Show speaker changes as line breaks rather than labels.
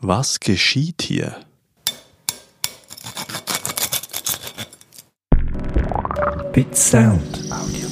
Was geschieht hier?
Bit Sound. Audio.